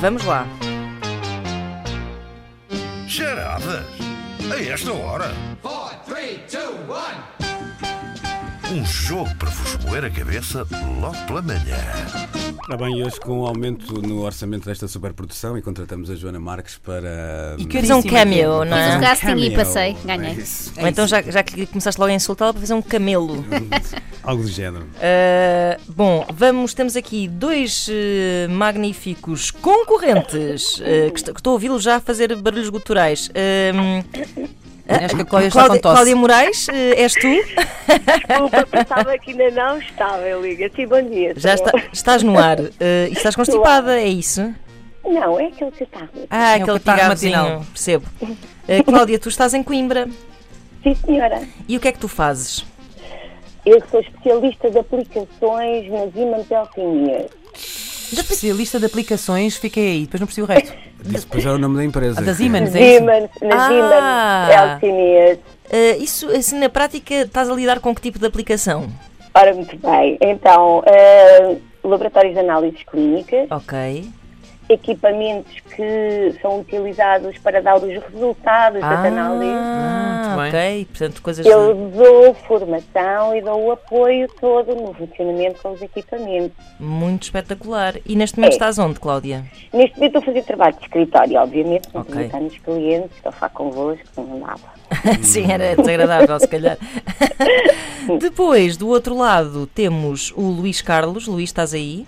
Vamos lá. Geradas? A esta hora? four, three, two, one. Um jogo para vos moer a cabeça logo pela manhã. Ora bem, e hoje com o aumento no orçamento desta superprodução e contratamos a Joana Marques para. Fazer E um caríssimo cameo, não fazer é? um Casting e cameo. passei, É ganhei. isso. Ou então, já, já que começaste logo a insultá-la, para fazer um camelo. Algo do género. Ah, bom, vamos, temos aqui dois eh, magníficos concorrentes eh, que, est- que estou a ouvi-los já a fazer barulhos guturais. Ahm, Acho que a Cláudia está com Cláudia, tosse. Cláudia Moraes, eh, és tu? Desculpa, pensava que ainda não estava, eu ligo. Sim, bom dia. Já senhor. está- estás no ar eh, e estás constipada, é isso? Não, é aquele que está. Ah, É o aquele catarro pigarrozinho, matinal. percebo. Eh, Cláudia, tu estás em Coimbra Sim, senhora. e o que é que tu fazes? Eu sou especialista de aplicações nas imantelcinias. Já Especialista de aplicações, fiquei aí, depois não percebi o resto. Isso depois é o nome da empresa. A das que- Imans, é isso? Demon, nas Ah! imantelcinias. Eh, isso, assim, na prática, estás a lidar com que tipo de aplicação? Ora, muito bem. Então, ah, laboratórios de análises clínicas, Ok. equipamentos que são utilizados para dar os resultados das análises. Ah, muito ok. Portanto, coisas. Eu dou formação e dou o apoio todo no funcionamento com os equipamentos. Muito espetacular. E neste momento É. estás onde, Cláudia? Neste momento estou a fazer trabalho de escritório, obviamente, não Ok. okay. tenho nos clientes, estou a falar convosco, não dava. Sim, era desagradável, se calhar. Depois, do outro lado, temos o Luís Carlos. Luís, estás aí?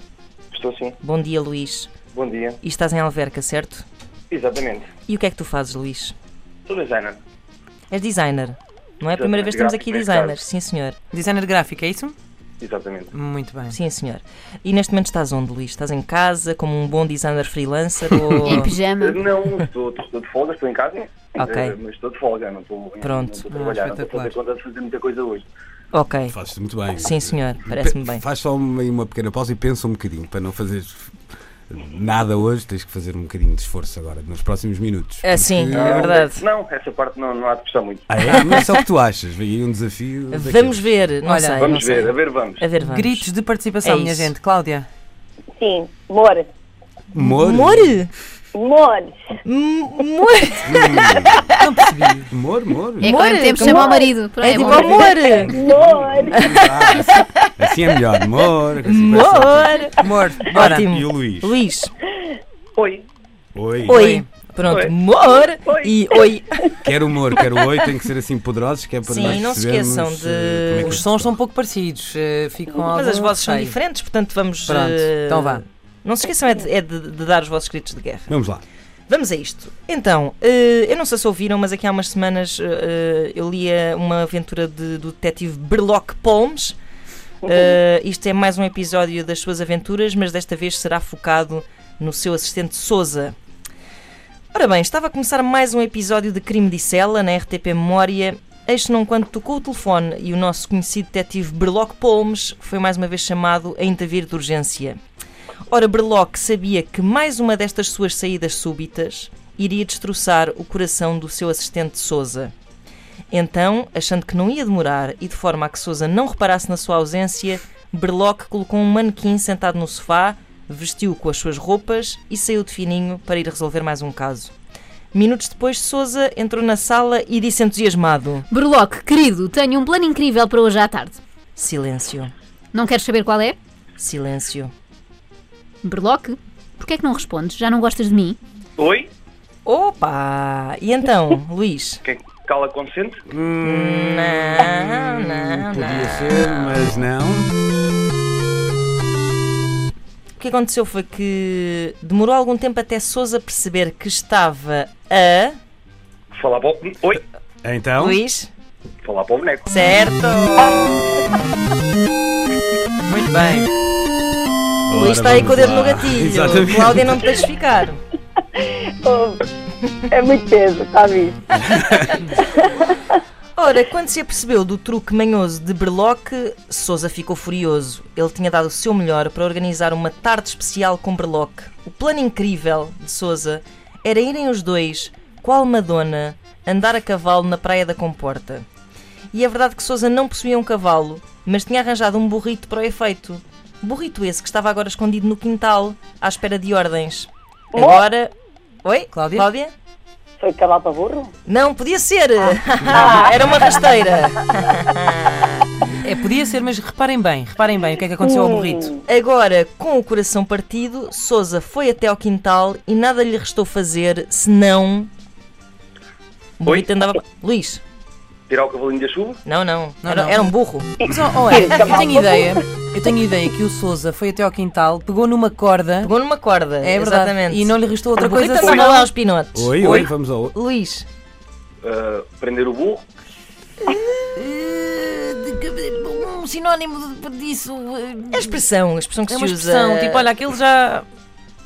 Estou sim. Bom dia, Luís. Bom dia. E estás em Alverca, certo? Exatamente. E o que é que tu fazes, Luís? Sou designer. És designer, não é? A primeira vez que temos aqui Exatamente, gráfico, designers. Sim, senhor. Designer gráfico, é isso? Exatamente. Muito bem. Sim, senhor. E neste momento estás onde, Luís? Estás em casa, como um bom designer freelancer? ou- Em pijama. Não, estou, estou de folga, estou em casa. Ok. eh, Mas estou de folga, não estou, Pronto. não estou a Ah, trabalhar, não estou espetacular. a fazer conta de fazer muita coisa hoje. Ok. Fazes muito bem. Sim, senhor. Parece-me Pe- bem. Faz só uma, uma pequena pausa e pensa um bocadinho para não fazer nada hoje. Tens que fazer um bocadinho de esforço agora, nos próximos minutos. Ah, sim, Porque- é verdade. Não, essa parte não, não há de prestar muito. Ah, é? Mas é o que tu achas. Vem aí um desafio. Vamos ver. Não Olha, sei. não Vamos sei. ver, a ver, vamos. A ver, vamos. Gritos de participação, É minha isso. gente. Cláudia. Sim, Mores, Mor. Mor? Mores, Mor? Não percebi. Mor, mor. É Amor, quando temos como chamar é? o marido. Pronto, É é tipo bom. amor! Mores, Ah, assim- assim é melhor. Mor. que assim vai ser- Amor! Amor, bora. E o Ótimo! Luís? Luís, Oi. Oi. oi! Pronto, Oi. amor e oi! Quer humor, quer o oi, tem que ser assim poderosos, que é para Sim, nós não se percebermos, esqueçam eh, de- como é que Os é. sons são um pouco parecidos, eh, ficam Mas as algum vozes são receio. diferentes, portanto vamos. Pronto, eh, então vá. Não se esqueçam é de, é de- de dar os vossos gritos de guerra. Vamos lá. Vamos a isto. Então, eh, eu não sei se ouviram, mas aqui há umas semanas eh, eu lia uma aventura de- do detetive Berlock Palmes. Eh, isto é mais um episódio das suas aventuras, mas desta vez será focado no seu assistente Souza. Ora bem, estava a começar mais um episódio de Crime de Sela na RTP Memória. Eis não quando tocou o telefone e o nosso conhecido detetive Berloc Polmes foi mais uma vez chamado a intervir de urgência. Ora, Berloc sabia que mais uma destas suas saídas súbitas iria destroçar o coração do seu assistente Souza. Então, achando que não ia demorar e de forma a que Souza não reparasse na sua ausência, Berloc colocou um manequim sentado no sofá, vestiu-o com as suas roupas e saiu de fininho para ir resolver mais um caso. Minutos depois, Souza entrou na sala e disse entusiasmado: Berloque, querido, tenho um plano incrível para hoje à tarde. Silêncio, Não queres saber qual é? silêncio. Berloque, porquê é que não respondes? Já não gostas de mim? Oi? Opa! E então, Luís? Quem cala consente? Não, não, Podia ser, mas não. O que aconteceu foi que demorou algum tempo até Souza perceber que estava a. Falar para o... Oi? Então, Luís? Falar para o boneco. Certo! Muito bem. ora, Luís está aí com o vamos dedo lá. no gatilho. Exatamente. Cláudia, não te deixes ficar. é muito peso, está visto. Ora, quando se apercebeu do truque manhoso de Berloque, Souza ficou furioso. Ele tinha dado o seu melhor para organizar uma tarde especial com Berloque. O plano incrível de Souza era irem os dois, qual Madonna, andar a cavalo na Praia da Comporta. E é verdade que Souza não possuía um cavalo, mas tinha arranjado um burrito para o efeito. Burrito esse que estava agora escondido no quintal, à espera de ordens. Agora. Oi? Cláudia? Cláudia? Foi cavalo para burro? Não, podia ser! Era uma rasteira! É, podia ser, mas reparem bem, reparem bem o que é que aconteceu Hum. ao burrito. Agora, com o coração partido, Souza foi até ao quintal e nada lhe restou fazer senão. O burrito andava. Luís, Tirar o cavalinho da chuva? não, não, Não, era, não. era um burro. Mas, ó, ó, é, tá eu tenho ideia, eu tenho ideia que o Sousa foi até ao quintal, pegou numa corda, Pegou numa corda, é verdade, exatamente. e não lhe restou outra o burrito coisa andava senão... lá aos pinotes. Oi, oi, vamos ao outro. Luís, Ah, prender o burro? um sinónimo disso. eh, A expressão, a expressão que É se uma usa. expressão, tipo, olha, aquele já...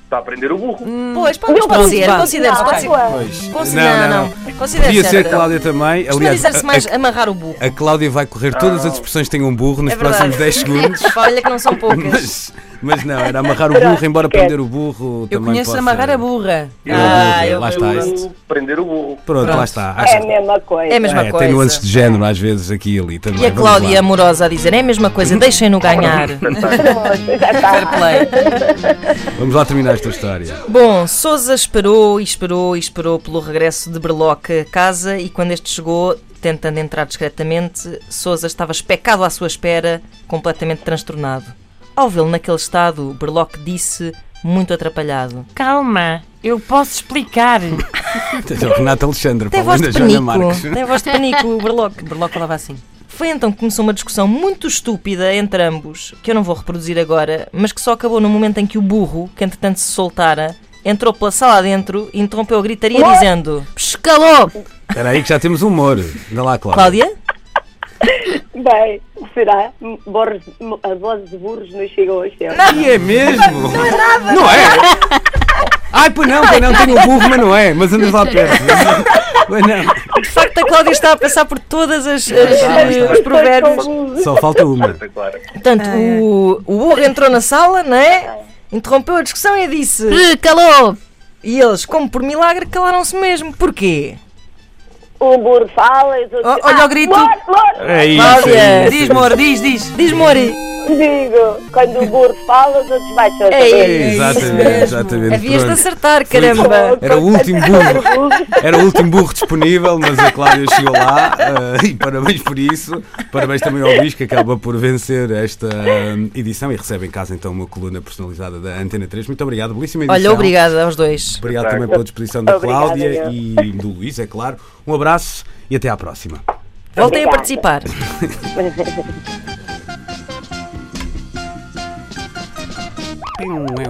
Está a prender o burro. Pois, pode, mas pode pronto, ser, vá. considera-se. Ah, Pode ser. claro. Pois. Consi- não, não, Considera Podia ser certo. Cláudia também. Aliás, Personalizar-se mais a, amarrar o burro. a- a Cláudia vai correr todas as expressões que tem um burro nos É verdade. próximos 10 segundos. Olha que não são poucas. Mas, mas não, era amarrar o burro, embora esquece. prender o burro Eu também conheço possa- amarrar é a burra. Eu- Ah, eu- lá está isso. O prender o burro. Pronto, lá está. É a mesma coisa. É a mesma É, coisa. tem nuances de género às vezes aqui e ali também. E a Vamos lá. Cláudia amorosa a dizer é a mesma coisa, deixem-no ganhar. Pronto, já está. Fair play. Vamos lá terminar esta história. Bom, Sousa esperou e esperou e esperou pelo regresso de Berloque a casa e quando este chegou, tentando entrar discretamente, Sousa estava especado à sua espera, completamente transtornado. Ao vê-lo naquele estado, Berloque disse, muito atrapalhado: Calma, eu posso explicar. Tens o Renato Alexandre, para Tem além voz da de Joana panico, Marques. tem voz de panico, o Berloque. Berloco falava assim. Foi então que começou uma discussão muito estúpida entre ambos, que eu não vou reproduzir agora, mas que só acabou no momento em que o burro, que entretanto se soltara, entrou pela sala adentro e interrompeu a gritaria dizendo: Escalou! Espera aí que já temos humor. Anda lá, Cláudia. Cláudia? Bem, será? Borres, a voz de burros não chegou aos céus. E é mesmo? Não é nada. Não é? Ai, pois não, pois não, tenho um burro, mas não é. Mas andas lá perto. Pois não. De facto, a Cláudia está a passar por todas as, as- os provérbios. um Só falta uma. Está claro. Portanto, Ah, é. o, o burro entrou na sala, não é? Interrompeu a discussão e disse. Recalou! E eles, como por milagre, calaram-se mesmo. Porquê? Um burro fala e os outros... "Ah, Ó, olha o grito. Mor, mor, É isso. Cláudia. é isso. Diz, amor, diz, diz. Diz Mori. digo, quando o burro fala, os outros baixam. a É cabeça. isso Exatamente, mesmo. exatamente. Havias de pronto. acertar, caramba. Era o último burro. Era o último burro disponível, mas a Cláudia chegou lá eh, e parabéns por isso. Parabéns também ao Luís que acaba por vencer esta eh, edição e recebe em casa então uma coluna personalizada da Antena 3. Muito obrigado, belíssima edição. Olha, obrigada aos dois. Obrigado também pela disposição da Obrigada, Cláudia eu. e do Luís, é claro. Um abraço e até à próxima. Voltem a participar. Obrigada. é